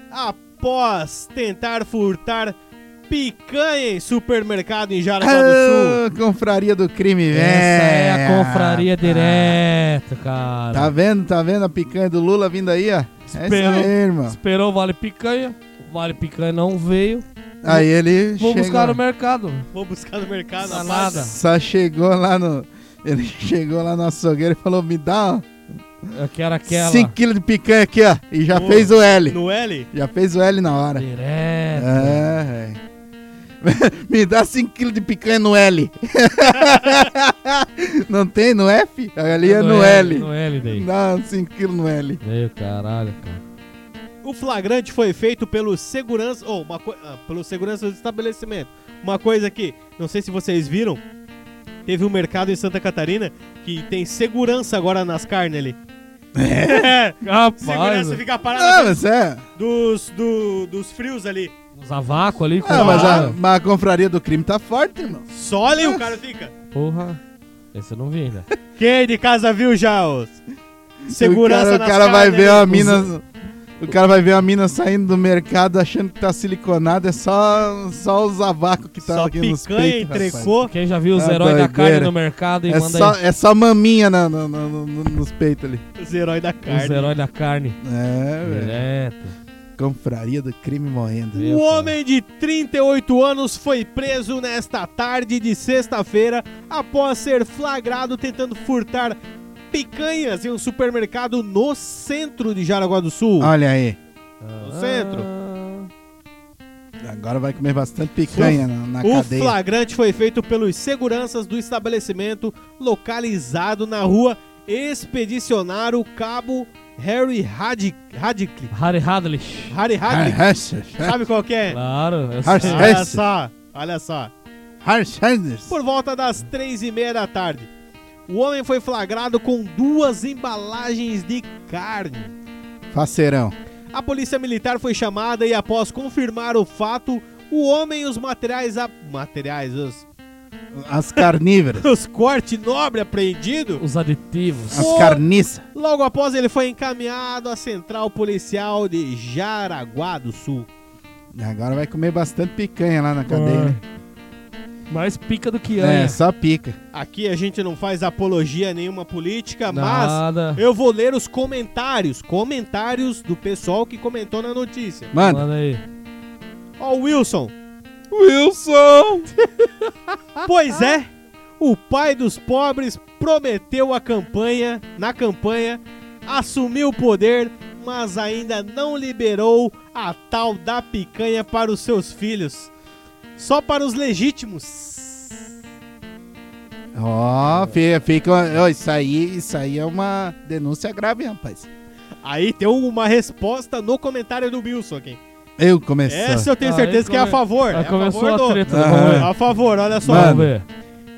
após tentar furtar picanha em supermercado em Jaraguá do Sul. Ah, confraria do crime, velho. Essa é a confraria direto, cara. Ah. Tá vendo, tá vendo a picanha do Lula vindo aí, ó? É Espero. isso aí, irmão. Esperou o Vale Picanha. O Vale Picanha não veio. Aí ele Vou chega- buscar no mercado. Vou buscar no mercado. Não dá rapaz. nada. Só chegou lá no... Ele chegou lá no açougueiro e falou, me dá Eu quero É aquela. 5 kg de picanha aqui, ó. E já No- fez o L. No L? Já fez o L na hora. Direto. É, é. Me dá 5 kg de picanha no L. Não tem no F? Ali é no L. No L daí. Dá 5 kg no L. Meu caralho, cara. O flagrante foi feito pelo segurança, ou uma coi- ah, pelo segurança do estabelecimento. Uma coisa que, não sei se vocês viram, teve um mercado em Santa Catarina que tem segurança agora nas carnes ali. É. Rapaz, segurança fica Ah, parada mas é. dos, do- dos frios ali. uns avacos ali. com Ah, mas a, vara. mas a confraria do crime tá forte, irmão. Só ali o cara fica. Porra. Esse eu não vi né? ainda. Quem de casa viu já os segurança o cara, nas o cara vai carnes ver ali? a mina. O cara vai ver a mina saindo do mercado achando que tá siliconada, é só, só os avacos que tá Só aqui nos picanha, peitos, rapaz. entrecô. Quem já viu os Ah, heróis da carne doideira. no mercado e É manda só, aí. é só maminha na- na- na- na- nos peitos ali. Os heróis da Os carne. heróis da carne. É, velho. Direto. É. Confraria do crime morrendo. Meu O cara. homem de 38 anos foi preso nesta tarde de sexta-feira após ser flagrado tentando furtar picanhas em um supermercado no centro de Jaraguá do Sul. Olha aí. No centro. Agora vai comer bastante picanha na, na o cadeia. flagrante foi feito pelos seguranças do estabelecimento localizado na rua Expedicionário Cabo Harry Radic Radcliffe. Ah. Harry Hadlish. Harry Har- Radcliffe. Harsh- Har- Sabe qual que é? Claro. eu Harsh- sei. Ah, Olha esse. só, olha só. Harsh Henders. Por volta das três e meia da tarde, o homem foi flagrado com duas embalagens de carne. Faceirão. A polícia militar foi chamada e, após confirmar o fato, o homem e os materiais. A... Materiais, os, As carnívoras. os corte nobre apreendido. Os aditivos. as carniças. Logo após, ele foi encaminhado à central policial de Jaraguá do Sul. Agora vai comer bastante picanha lá na cadeia. né? Mais pica do que É, anha. só pica. Aqui a gente não faz apologia a nenhuma Ah, política, mas Nada. Eu vou ler os comentários, comentários do pessoal que comentou na notícia. Manda. Manda aí. Ó, o Wilson. Wilson! Pois é, o pai dos pobres prometeu a campanha, na campanha, assumiu o poder, mas ainda não liberou a tal da picanha para os seus filhos. Só para os legítimos. Ó, fica, fica. ó, isso, aí, isso aí é uma denúncia grave, rapaz. Aí tem uma resposta no comentário do Wilson aqui. Eu comecei. Essa eu tenho Ah, certeza aí que é a come- favor. É um Aí a começou favor a do... É treta. Ah. Vamos ver. A favor, olha só. Mano. Vamos ver.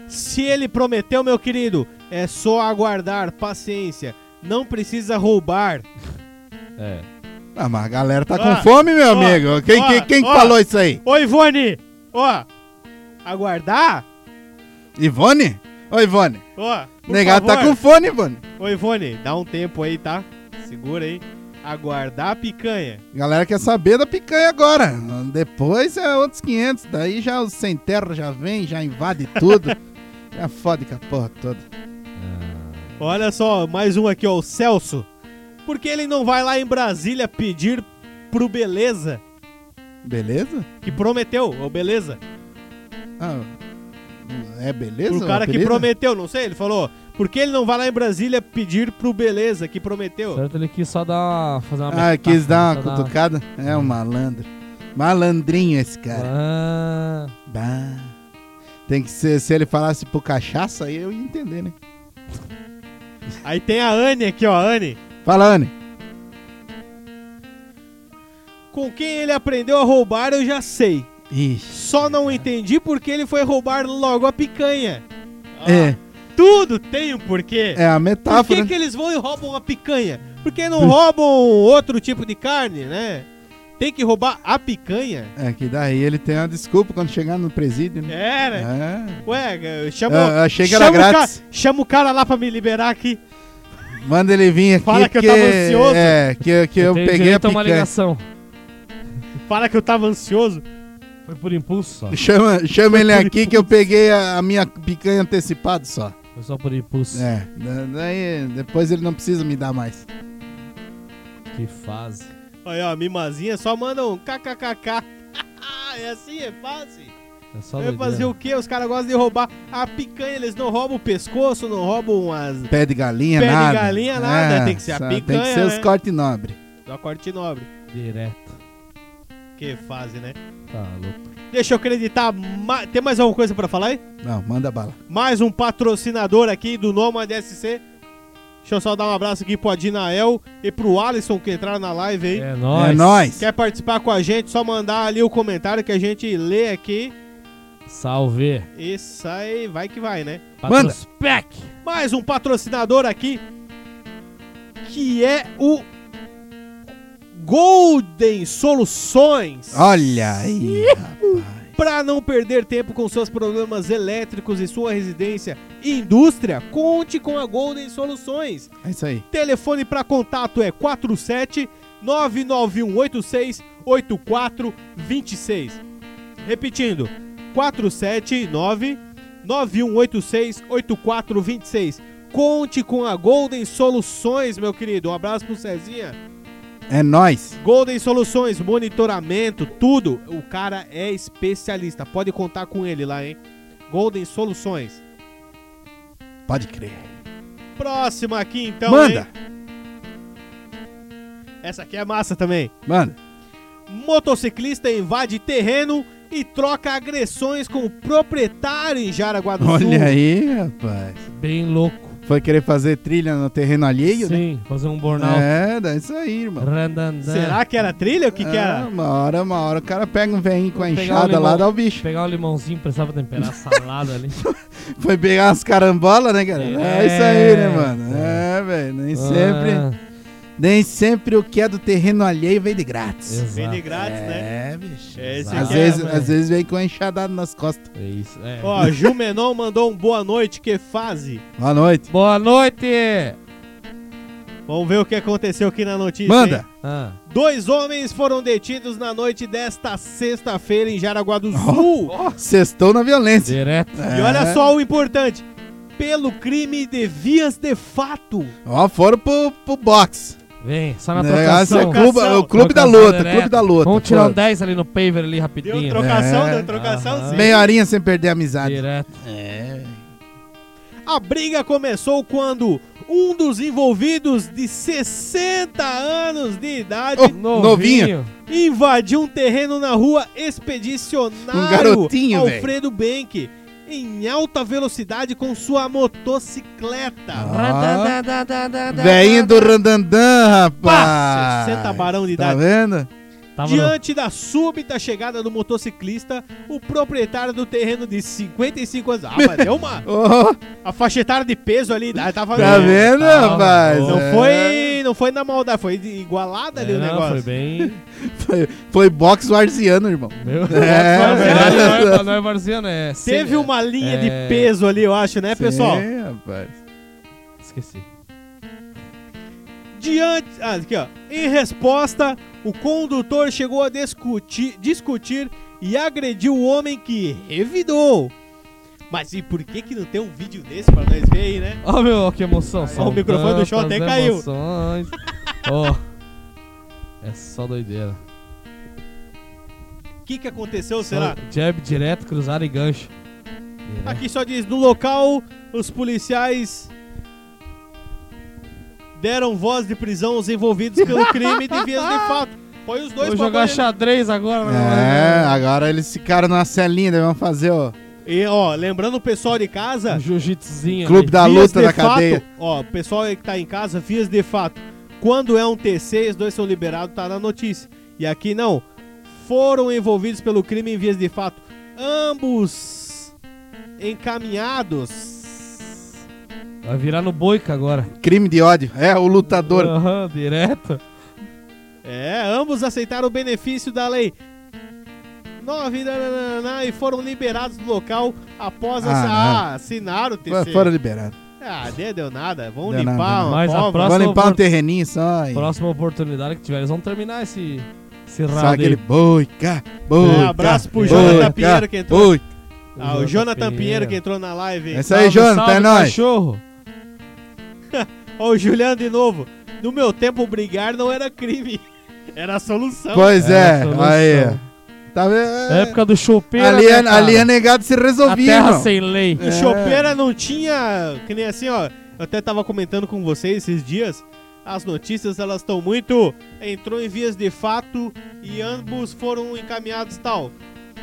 Se ele prometeu, meu querido, é só aguardar, paciência. Não precisa roubar. É. Ah, mas a galera tá Ó, com fome, meu ó, amigo. Quem, ó, quem, quem que ó. falou isso aí? Ô Ivone, ó, aguardar? Ivone? Ô, Ivone. Ó, por Negado tá com favor. fome, Ivone. Ô Ivone, dá um tempo aí, tá? Segura aí. Aguardar a picanha. Galera quer saber da picanha agora. Depois é outros 500. Daí já os sem terra já vem, já invade tudo. já fode com a porra toda. Olha só, mais um aqui, ó, o Celso. Por que ele não vai lá em Brasília pedir pro Beleza, Beleza? que prometeu, ô Beleza, Ah, é beleza? pro o cara que apelido? prometeu, não sei, ele falou. Por que ele não vai lá em Brasília pedir pro Beleza, que prometeu? Certo, ele quis só dar uma, fazer uma Ah, quis dar uma só cutucada? É um malandro. Malandrinho esse cara. Ah, É. Bah. Tem que ser, se ele falasse pro cachaça, aí eu ia entender, né? Aí tem a Anne aqui, ó, Anne. Fala, Anne. Com quem ele aprendeu a roubar eu já sei. Ixi. só não entendi porque ele foi roubar logo a picanha. Ah, É, Tudo tem um porquê. é a Por que, metáfora. que eles vão e roubam a picanha? Porque não roubam outro tipo de carne, né? Tem que roubar a picanha. É que daí ele tem uma desculpa quando chegar no presídio, né? É, né? É. Ué, chama, Eu achei que era chama o ca- grátis. chama o cara lá pra me liberar aqui. Manda ele vir aqui Fala que eu porque- tava ansioso. É, que, que eu tenho peguei a direito uma picanha. ligação. Fala que eu tava ansioso. Foi por impulso só. Chama, chama ele aqui que eu peguei a, a minha picanha antecipada só. Foi só por impulso. É, da- daí depois ele não precisa me dar mais. Que fase. Aí, ó, mimazinha só manda um kkkk. é assim, é fácil. É só Vai fazer o quê? Os caras gostam de roubar a picanha. Eles não roubam o pescoço, não roubam as... Pé de galinha, Pé de nada. galinha, nada, tem que ser a só Tem que picanha, ser os né? corte nobre. da corte nobre. Direto. Que fase, né? Tá louco. Deixa eu acreditar. ma- Tem mais alguma coisa pra falar aí? Não, manda bala. Mais um patrocinador aqui do Nomad SC. Deixa eu só dar um abraço aqui pro Adinael e pro Alisson que entraram na live aí. É nóis. É nóis. Quer participar com a gente? Só mandar ali o comentário que a gente lê aqui. Salve. E sai, vai que vai, né? Manda. Patrospec. Mais um patrocinador aqui que é o Golden Soluções. Ah. Olha aí, rapaz. Para não perder tempo com seus problemas elétricos e sua residência e indústria, conte com a Golden Soluções. É isso aí. Telefone para contato é 47 99186 8426. Repetindo, 479 9186 8426. Conte com a Golden Soluções, meu querido. Um abraço pro Cezinha. É nóis. Golden Soluções, monitoramento, tudo. O cara é especialista. Pode contar com ele lá, hein? Golden Soluções. Pode crer. Próxima aqui então. manda, hein? Essa aqui é massa também. manda. Motociclista invade terreno e troca agressões com o proprietário em Jaraguá do Sul. Olha aí, né? rapaz. Bem louco. Foi querer fazer trilha no terreno alheio, né? Sim, fazer um burnout. É, dá isso aí, irmão. Randandan. Será que era trilha? O que, que Ah, era? Uma hora, uma hora, o cara pega um veinho com a Vou pegar enxada um lá, limão. dá o bicho. Pegar um limãozinho, precisava temperar a salada ali. Foi pegar as carambolas, né, cara? É, É. isso aí, né, mano? É, velho. Nem sempre. Ah, Nem sempre o que é do terreno alheio vem de grátis. exato. Vem de grátis, né? É, bicho. É, esse Às aqui vezes, é, às vezes vem com a enxadada nas costas. É isso, é. Ó, Gil Menon mandou um boa noite, que fase. Boa noite. Boa noite! Vamos ver o que aconteceu aqui na notícia. hein? Manda. Ah, Dois homens foram detidos na noite desta sexta-feira em Jaraguá do Oh. Sul. Sextou na violência. direto. É. E olha só o importante: pelo crime de vias de fato. Ó, foram pro, pro box. Vem, só Tá na Negócio é trocação. trocação. clube, é o clube da Trocação luta, direto. clube da luta. Vamos tirar um foram. 10 ali no paver ali Deu rapidinho. trocação, É. deu trocação, né? Aham. sim. Meia horinha sem perder a amizade. Direto. É. A briga começou quando um dos envolvidos de 60 anos de idade Oh. Novinho. invadiu um terreno na rua Expedicionário Um garotinho, velho. Alfredo Benck em alta velocidade com sua motocicleta. Ah, Veinho do Randandan, Pá, rapaz. 60 barão de Tá idade. vendo? Tava no- Diante da súbita chegada do motociclista, o proprietário do terreno de 55 anos. Ah, mas deu uma. Ô, A faixa etária de peso ali. ah, Tava tá É, vendo, tá, rapaz? Não É. foi, não foi na maldade, foi de- igualada ali É, o não, negócio. Foi bem. Foi, foi boxe warziano, irmão. É, Meu Não verdade. não é- não é Varziano, é. Teve um- Sim, uma linha de é. peso ali, eu acho, né, pessoal? Sim, rapaz. é. Esqueci. Diante, ah, aqui, ó. Em resposta, o condutor chegou a discutir, discutir e agrediu o homem que revidou. Mas e por que que não tem um vídeo desse pra nós ver aí, né? Ó, meu, ó, que emoção. São o microfone do show tantas até caiu. emoções. Ó. É só doideira. O que, que aconteceu, será? Só Jab direto, cruzado e gancho. Direto. Aqui só diz, no local, os policiais deram voz de prisão aos envolvidos pelo crime de vias de fato. Foi os dois Vou pra jogar banheiro. xadrez agora, né? É, agora eles ficaram na celinha, daí vão fazer o E, ó, lembrando o pessoal de casa, Um jiu-jitsuzinho. clube ali. da vias luta de da fato, cadeia. Ó, o pessoal aí que tá em casa, vias de fato. Quando é um TC, os dois são liberados, tá na notícia. E aqui não. Foram envolvidos pelo crime em vias de fato. ambos encaminhados. Vai virar no boica agora. Crime de ódio. É, o lutador. Aham, direto. É, ambos aceitaram o benefício da lei. 9 nananana, e foram liberados do local após Ah, essa. não. Ah, assinaram o Fora- TC. Fora liberado. Ah, deu, deu nada. Vamos Deu limpar nada, né? uma Mas a cova. Próximo Vou limpar um por- terreninho só e... Próxima oportunidade que tiver, eles vão terminar esse, esse Só round aquele aí. boica, boica. É, abraço pro boica, Jonathan Pinheiro que entrou. boica. Ah, o Jonathan Pinheiro que entrou na live. É isso aí, Salve, Jonathan, salve, tá é nóis. cachorro. Ó, o Juliano de novo. No meu tempo, brigar não era crime. Era a solução. Pois é, a solução. aí. ó. Tá vendo? É época do chopeiro. ali, né, é, cara? ali é negado se A resolvia, terra irmão. sem lei. O chopeira não tinha. Que nem assim, ó. Eu até tava comentando com vocês esses dias. As notícias, elas estão muito. Entrou em vias de fato e ambos foram encaminhados tal.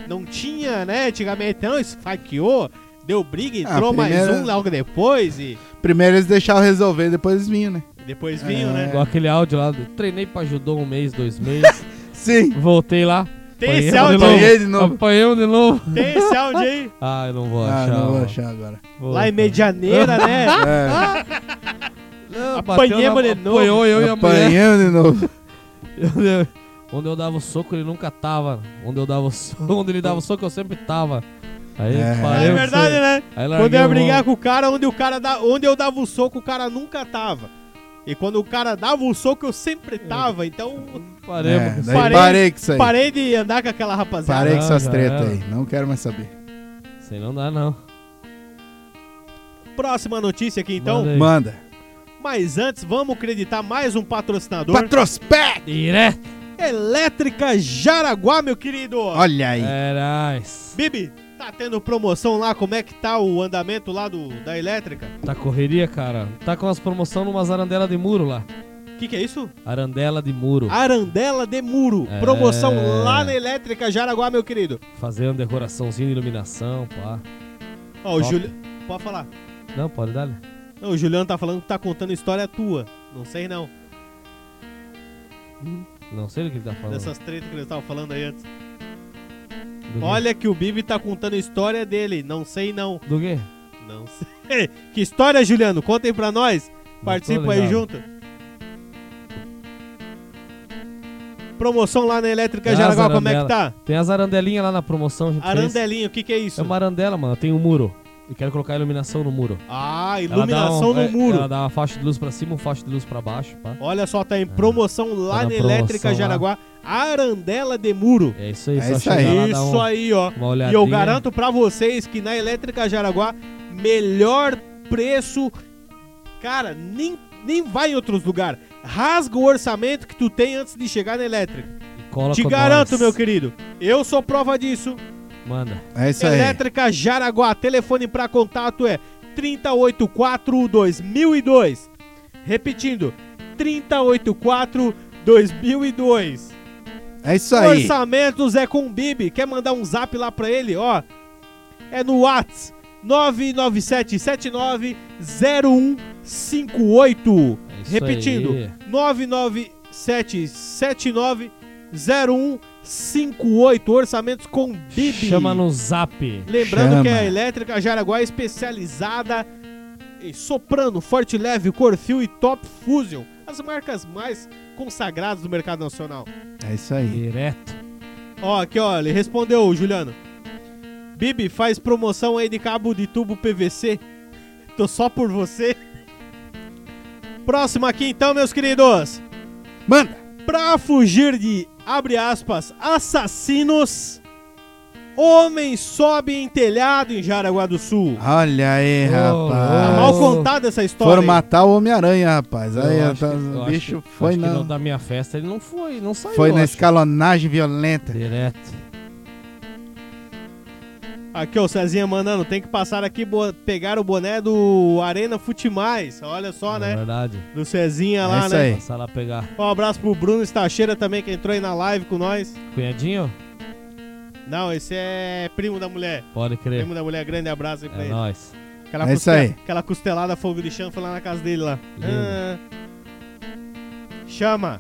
Não tinha, né? Antigamente, não, esfaqueou. Deu briga, Ah, entrou mais primeiro- um logo depois e. Primeiro eles deixaram resolver, depois eles vinham, né? Depois vinham, É. né? Igual aquele áudio lá, do, treinei pra judô um mês, dois meses, Sim. voltei lá. Tem esse apanhei um novo. áudio aí. Apanhei de novo. Apanhei um de novo. Tem esse áudio aí. Ah, eu não vou Ah, achar. não vou mano. achar agora. Vou Lá em achar. Medianeira, né? É, Não, Apanhei, bateu na- mano, de novo. Apanhou eu e a mulher. apanhando de novo. Eu- Onde eu dava o soco, ele nunca tava. Onde eu dava o soco, onde ele dava o soco, eu sempre tava. Aí É. parei. É eu verdade, sei. né? Aí Quando eu larguei ia o brigar rolo. com o cara, onde o cara dá, onde eu dava o soco, o cara nunca tava. E quando o cara dava o soco, eu sempre tava. Então, Parei, É, porque- daí Parei- parei, com isso aí. Parei, parei de andar com aquela rapaziada. com Não, essas já tretas era. aí. Não quero mais saber. Sei não dá, não. Próxima notícia aqui, então. Manda aí. Manda. Mas antes, vamos acreditar mais um patrocinador. Patrospec! Direto! Elétrica Jaraguá, meu querido. Olha aí. É nóis. Bibi, tá tendo promoção lá? Como é que tá o andamento lá do, da elétrica? Tá correria, cara. Tá com as promoções numas arandelas de muro lá. O que, que é isso? Arandela de muro. Arandela de Muro. É. Promoção lá na Elétrica Jaraguá, meu querido. Fazendo decoraçãozinha de iluminação, pá. Ó, o Top. Juli... Pode falar. Não, pode dar. né? Não, o Juliano tá falando que tá contando história tua. Não sei não. Não sei do que ele tá falando. Dessas tretas que ele tava falando aí antes. Do quê? Olha que o Bibi tá contando história dele. Não sei não. Do quê? Não sei. que história, Juliano? Contem pra nós. tô Participa aí ligado. junto. Promoção lá na Elétrica Nas Jaraguá, como é que tá? arandelas. Tem as arandelinhas lá na promoção, a gente fez. Arandelinho, o que que é isso? É uma arandela, mano. Tem um muro. E quero colocar iluminação no muro. Ah, Ela dá iluminação um- no é, muro. Ela dá uma faixa de luz pra cima, uma faixa de luz pra baixo, pá. Olha só, tá em promoção lá na Tá na promoção Elétrica lá. Jaraguá. Arandela de muro. É isso aí, É só isso chegar aí. lá, dar Isso um- aí, ó. uma olhadinha. E eu garanto pra vocês que na Elétrica Jaraguá, melhor preço, cara, nem, nem vai em outros lugares. Rasga o orçamento que tu tem antes de chegar na Elétrica. e cola Te com garanto, nós. meu querido. Eu sou prova disso. Manda. É isso aí. Elétrica Jaraguá, telefone pra contato é 384 2002. Repetindo, 384 2002. É isso Tá aí. Orçamentos é com o Bibi. Quer mandar um zap lá pra ele? Ó, é no Whats 997790158. É isso Repetindo, aí. 997790158. Orçamentos com o Bibi. Chama no zap. Lembrando Chama. que a Elétrica Jaraguá é especializada em soprano, forte leve, corfil e top fusion. As marcas mais consagradas do mercado nacional. É isso aí. Direto. Ó, aqui, ó, ele respondeu, o Juliano. Bibi, faz promoção aí de cabo de tubo PVC. Tô só por você. Próximo aqui então, meus queridos. Manda. Pra fugir de, abre aspas, assassinos, homem sobe em telhado em Jaraguá do Sul. Olha aí, Ô, Tá mal rapaz. ô, contada essa história. Ah, é. Foram aí. matar o Homem-Aranha, rapaz. Aí Eu acho tá- que- eu o acho bicho que- foi acho que na, da minha festa, ele não foi, não saiu. foi eu na acho. escalonagem violenta. Direto. Aqui, ó, o Cezinha mandando, tem que passar aqui, bo- pegar o boné do Arena Futimais. Olha só, Na né? verdade. Do Cezinha É lá, isso né? aí. Passar lá pegar. Um abraço pro Bruno Estacheira também, que entrou aí na live com nós. Cunhadinho? Não, esse é primo da mulher. Pode crer. Primo da mulher, grande abraço aí pra É ele. nóis. Aquela, É isso aí. aquela costelada fogo de chão foi lá na casa dele lá. Lindo. Ah. Chama.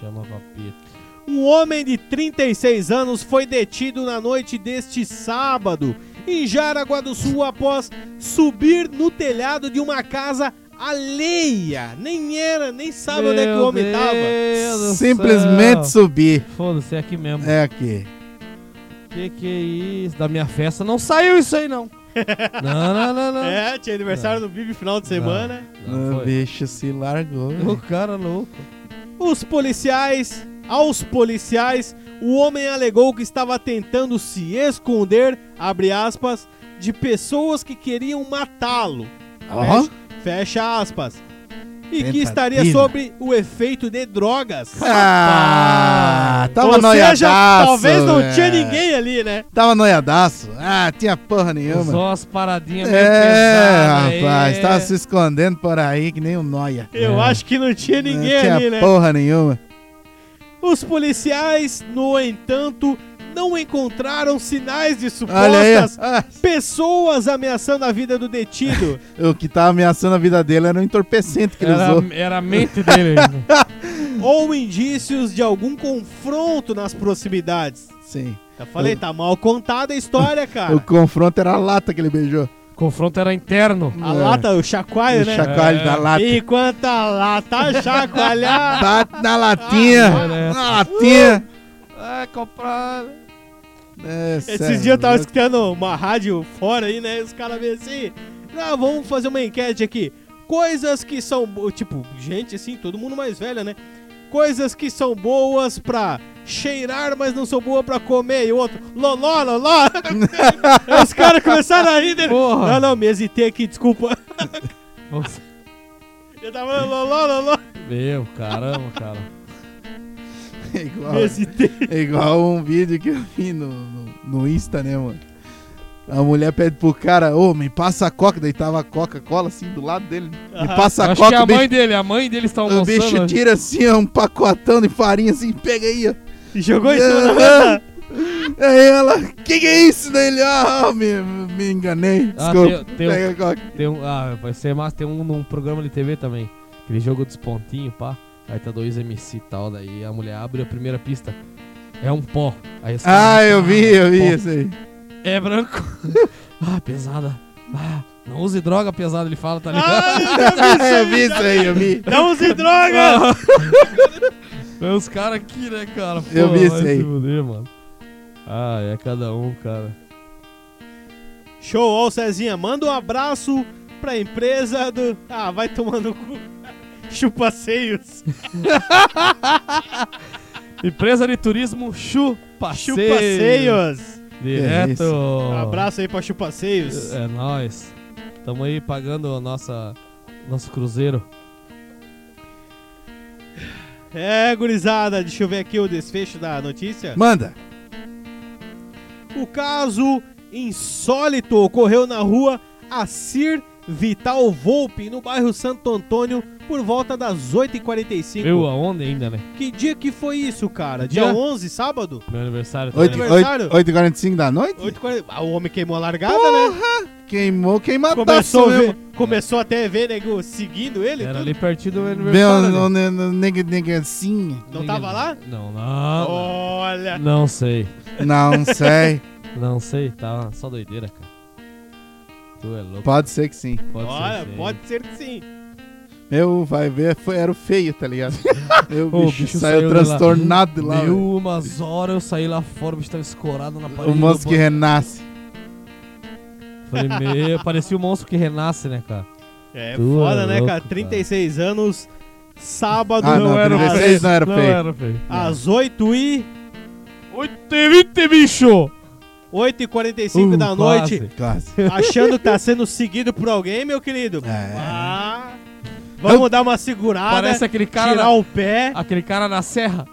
Chama papito. Um homem de 36 anos foi detido na noite deste sábado em Jaraguá do Sul após subir no telhado de uma casa alheia. Nem era, nem sabe onde é que o homem tava. Simplesmente subir. Foda-se, é aqui mesmo. É aqui. Que que é isso? Da minha festa não saiu isso aí, não. não, não, não, não. É, tinha aniversário do Bibi final de semana. Não o foi. bicho se largou. O cara louco. Os policiais, aos policiais, o homem alegou que estava tentando se esconder, abre aspas, de pessoas que queriam matá-lo. Ó. Fecha, fecha aspas. E que Tentativa. estaria sobre o efeito de drogas. Ah, tava Ou noiadaço. seja, talvez não é. tinha ninguém ali, né? Tava noiadaço. Ah, tinha porra nenhuma. Só as paradinhas meio É, pesadas aí. rapaz, tava se escondendo por aí que nem um noia. Eu É. acho que não tinha ninguém não tinha ali, né? porra nenhuma. Os policiais, no entanto, não encontraram sinais de Olha aí. supostas Ah, pessoas ameaçando a vida do detido. o que tava ameaçando a vida dele era um entorpecente que ele usou. Era, era a mente dele. né? ou indícios de algum confronto nas proximidades. Sim. Eu falei, tá mal contada a história, um- cara. O confronto era a lata que ele beijou. o confronto era interno. A lata, o chacoalho, O né? chacoalho É. da lata. Enquanto a lata chacoalhar. Bate na latinha. Ah, olha essa. na latinha. É, comprar. É, Uh! Esses sério, dias eu tava louco. escutando uma rádio fora aí, né? E os caras meio assim. Ah, vamos fazer uma enquete aqui. Coisas que são. bo- Tipo, gente assim, todo mundo mais velha, né? Coisas que são boas pra cheirar, mas não são boas pra comer. E o outro, loló, loló. Aí os caras começaram a rir dele. Porra. Não, não, me hesitei aqui, desculpa. Eu tava falando loló, loló. Meu, caramba, cara. É igual, Me hesitei. é igual um vídeo que eu vi no, no, no Insta, né, mano? A mulher pede pro cara, ô, me passa a coca. Daí tava a Coca-Cola assim do lado dele. Me Aham. passa Eu a acho que é coca. a o bicho- mãe dele, a mãe dele está almoçando. o bicho hoje. tira assim, ó, um pacotão de farinha assim, pega aí, ó. E Jogou em cima da Aham. mesa. Aí ela, que que é isso? Daí ele, ah, me, me enganei. Ah, Desculpa. tem- tem um- Pega a coca. Tem um, ah, vai ser massa, tem um num programa de TV também. Aquele jogo dos pontinhos, pá. Aí tá dois MC e tal, daí a mulher abre a primeira pista. É um pó. Aí os Ah, caras- eu vi, eu vi pó. isso aí. É branco. ah, pesada. Ah, não use droga pesada, ele fala, tá ligado? Ah, eu já vi isso eu vi aí, isso aí, eu vi. Não use Ah. drogas! É os caras aqui, né, cara? Pô, Eu vi isso vai aí. se fuder, mano. Ah, é cada um, cara. Show, ó, o Cezinha, manda um abraço pra empresa do. Ah, vai tomando cu. Chupa seios. Empresa de turismo Chupa Chupa seios. Direto. É isso. Um abraço aí pra Chupa seios. É nóis. Tamo aí pagando a nossa, nosso cruzeiro. É, gurizada, deixa eu ver aqui o desfecho da notícia. Manda. O caso insólito ocorreu na rua Acir Vital Volpe, no bairro Santo Antônio, por volta das 8h45. Eu aonde ainda, né? Que dia que foi isso, cara? Dia? Dia, 11, sábado? Meu aniversário também. Oito- Oito- né? aniversário? oito- 8h45 da noite? 8h40. Ah, o homem queimou a largada, né? Queimou, queimadaço Começou, a Tá mesmo. ver, começou a TV, nego, seguindo ele? Era tudo. ali pertinho do meu Meu, aniversário. né? ne- ne- nega- um negocinho. Não tava lá? Não, não. Olha! Não sei. Não sei. Não sei. Tá só doideira, cara. Tu é louco. Pode ser que sim. Pode Olha, ser. pode ser que sim. Meu, vai ver, foi, era o feio, tá ligado? Meu O bicho, bicho saiu, saiu de lá. transtornado de lá. velho. Deu umas horas, eu saí lá fora, o bicho tava escorado na o parede. monstro do que banheiro. renasce. Falei, meu, parecia o monstro que renasce, né, cara? É Tu foda, é né, louco, cara? 36 anos, sábado, Ah, não, era 36 não era não feio. era feio. às 8 e Ah, 8 e 20, bicho! 8 e 45 Uh, da quase. noite, Quase. achando que tá sendo seguido por alguém, meu querido. É. Ah, vamos dar uma Ah, né? segurada, Parece aquele cara tirar na- o pé. Aquele cara na serra.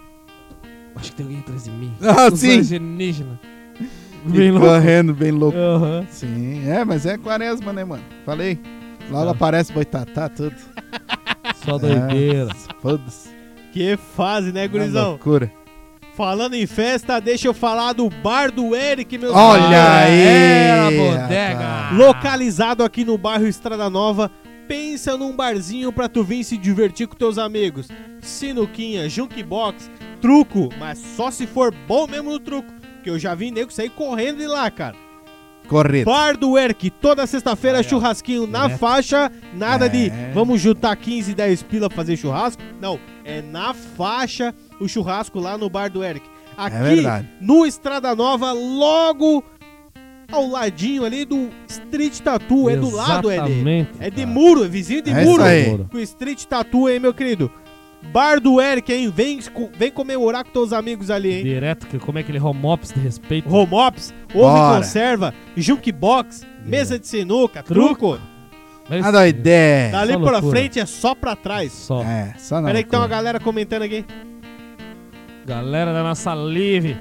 Acho que tem alguém atrás de mim. Ah, Os sim. alienígenas. E Bem louco. correndo, bem louco. É. Aham. Sim, é, mas é quaresma, né, mano? Falei. Logo Tá. aparece boitatá, tudo. Só doideira. É, Foda-se. Que fase, Tá né, Uma gurizão? loucura. Falando em festa, deixa eu falar do bar do Eric, meus Olha amigos. aí. Era a É. rapaz. bodega. Localizado aqui no bairro Estrada Nova, pensa num barzinho pra tu vir se divertir com teus amigos. Sinuquinha, jukebox, truco, mas só se for bom mesmo no truco. Porque eu já vi nego sair correndo de lá, cara. Correto. Bar do Erk, toda sexta-feira, Aí, ó. churrasquinho na Direto. faixa. Nada É. de vamos juntar 15, 10 pila pra fazer churrasco. Não, é na faixa o churrasco lá no Bar do Erk. Aqui É verdade. no Estrada Nova, logo ao ladinho ali do Street Tattoo. É do lado, é de, Exatamente, é de cara. muro, é vizinho de É isso muro. aí. Com Street Tattoo, hein, meu querido? Bar do Eric, hein? Vem, co- vem comemorar com teus amigos ali, hein? Direto, que- como é aquele home office de respeito. Home Ops, ovo e Bora. conserva, jukebox, mesa de sinuca, Truco. truco. Mas- A é doideira. Dali só pra loucura. frente é só pra trás. Só. É, só não. tá Peraí que tem uma cara. galera comentando aqui. Galera da nossa live.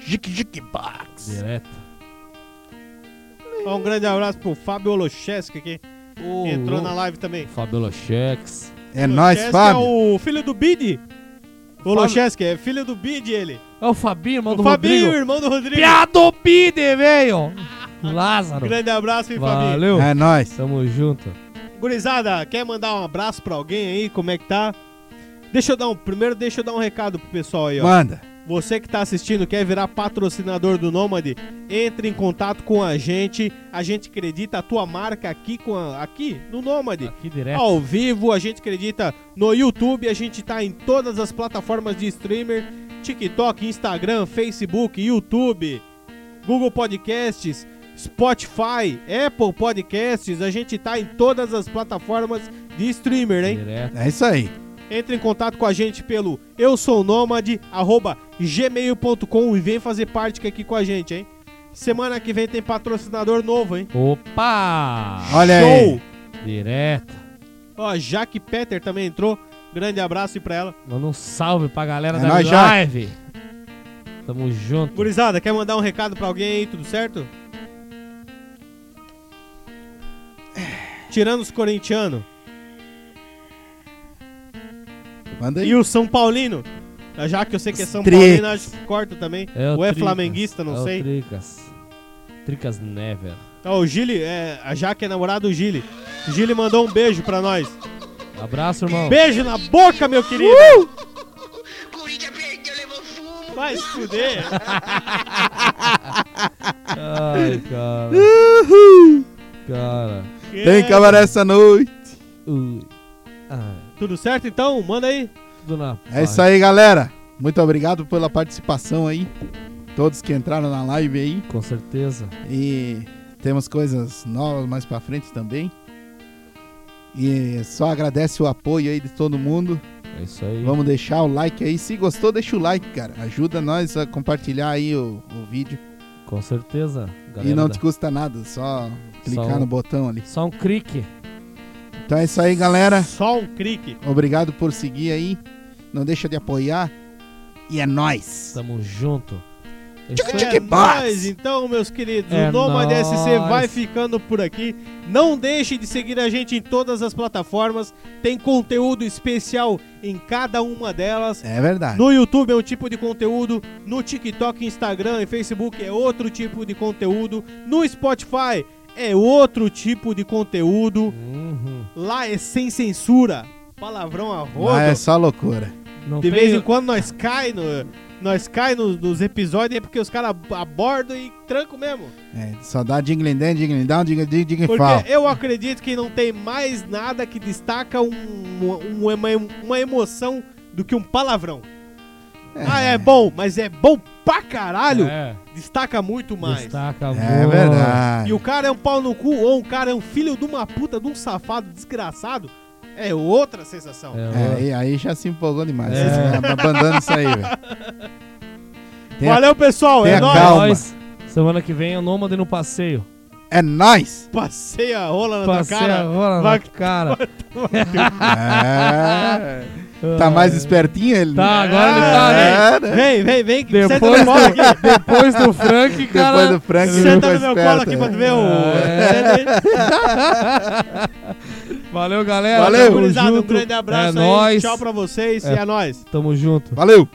Jique, jique, box. Direto. Ó, Um grande abraço pro Fábio Olocheski aqui. Ô, Entrou louco. na live também. Fábio Lochex. É nóis, Olocheski Fábio. é o filho do Bid. Olocheski é filho do Bid, ele. É o Fabinho, irmão do o Fabinho, Rodrigo. irmão do Rodrigo. Piado Pide, velho. Lázaro. Grande abraço, hein, Fabinho. Valeu. É Tá nóis. Tamo junto. Gurizada, quer mandar um abraço pra alguém aí? Como é que tá? Deixa eu dar um. Primeiro, deixa eu dar um recado pro pessoal aí, ó. Manda. Você que tá assistindo, quer virar patrocinador do Nômade? Entre em contato com a gente. A gente acredita a tua marca aqui, com a- aqui no Nômade. Aqui direto. Ao vivo, a gente acredita no YouTube, a gente tá em todas as plataformas de streamer: TikTok, Instagram, Facebook, YouTube, Google Podcasts, Spotify, Apple Podcasts. A gente tá em todas as plataformas de streamer, hein? Direto. É isso aí. Entre em contato com a gente pelo eu sou nômade, arroba gmail.com e vem fazer parte aqui com a gente, hein? Semana que vem tem patrocinador novo, hein? Opa! Olha Show! aí. Direto. Ó, Jaque Peter também entrou. Grande abraço aí pra ela. Manda um salve pra galera É da nóis, Jaque. live. Tamo junto. Gurizada, quer mandar um recado pra alguém aí, tudo certo? Tirando os corintianos Manda aí. e o São Paulino. Já que eu sei que é Os São tricas. Paulino, acho que corta também. Ou é Tricas, flamenguista, não é o sei. Tricas. Tricas Never. Ó, o Gili, é, a Jaque é namorado do Gili. O Gili mandou um beijo pra nós. Abraço, irmão. Beijo na boca, meu querido! Corinthians perdeu, levou fumo. Vai se fuder! Ai, cara. Uhul. Cara. Tem É, câmera essa noite. Ui. Ai, Tudo certo então? Manda aí. tudo na É isso aí, galera. Muito obrigado pela participação aí. Todos que entraram na live aí. Com certeza. E temos coisas novas mais pra frente também. E só agradece o apoio aí de todo mundo. É isso aí. Vamos deixar o like aí. Se gostou, deixa o like, cara. Ajuda nós a compartilhar aí o, o vídeo. Com certeza. Galera e não da- te custa nada, só clicar Só- no botão ali. Só um clique. Então é isso aí, galera. Só um clique. Obrigado por seguir aí. Não deixa de apoiar. E é nóis. É Tamo junto. É isso Tchucu, aí. tchucu. Que boss! nóis, então, meus queridos. É o Nômade nóis. SC vai ficando por aqui. Não deixe de seguir a gente em todas as plataformas. Tem conteúdo especial em cada uma delas. É verdade. No YouTube é um tipo de conteúdo, no TikTok, Instagram e Facebook é outro tipo de conteúdo, no Spotify é outro tipo de conteúdo, Uhum. lá é sem censura, palavrão a rodo. Lá é só loucura. Não De tem- vez em quando nós cai no, nós cai nos, nos episódios é porque os caras abordam e trancam mesmo. É, só dá dinglin dan, dinglin down, dinglin dig, dinglin Porque fall. eu acredito que não tem mais nada que destaca um- um- uma, uma emoção do que um palavrão. Ah, é bom, mas é bom pra caralho. É, Destaca muito mais. destaca É muito. E verdade. o cara é um pau no cu ou um cara é um filho de uma puta, de um safado desgraçado, é outra sensação. É, É, e aí já se empolgou demais. É. Vocês, né, Abandona isso aí, velho. Tem a- Valeu, pessoal. É tenha nóis. calma. Nós, semana que vem é o Nômade no passeio. É nóis. Passei a rola na tua Passeio cara. agora Vai- na cara. Ah, É. Tá mais espertinho ele? né? Tá, agora ele tá, né? É, né? Ah, Vem, vem, vem. que Senta Depois no meu colo do, aqui. depois do Frank, cara. Depois do Frank, ele Senta ficou no meu colo esperto, aqui pra tu né? ver o... É. Senta aí. Valeu, galera. Valeu. Tamo Gurizada, um junto. grande abraço é aí. Nóis. Tchau pra vocês É. e é nóis. Tamo junto. Valeu.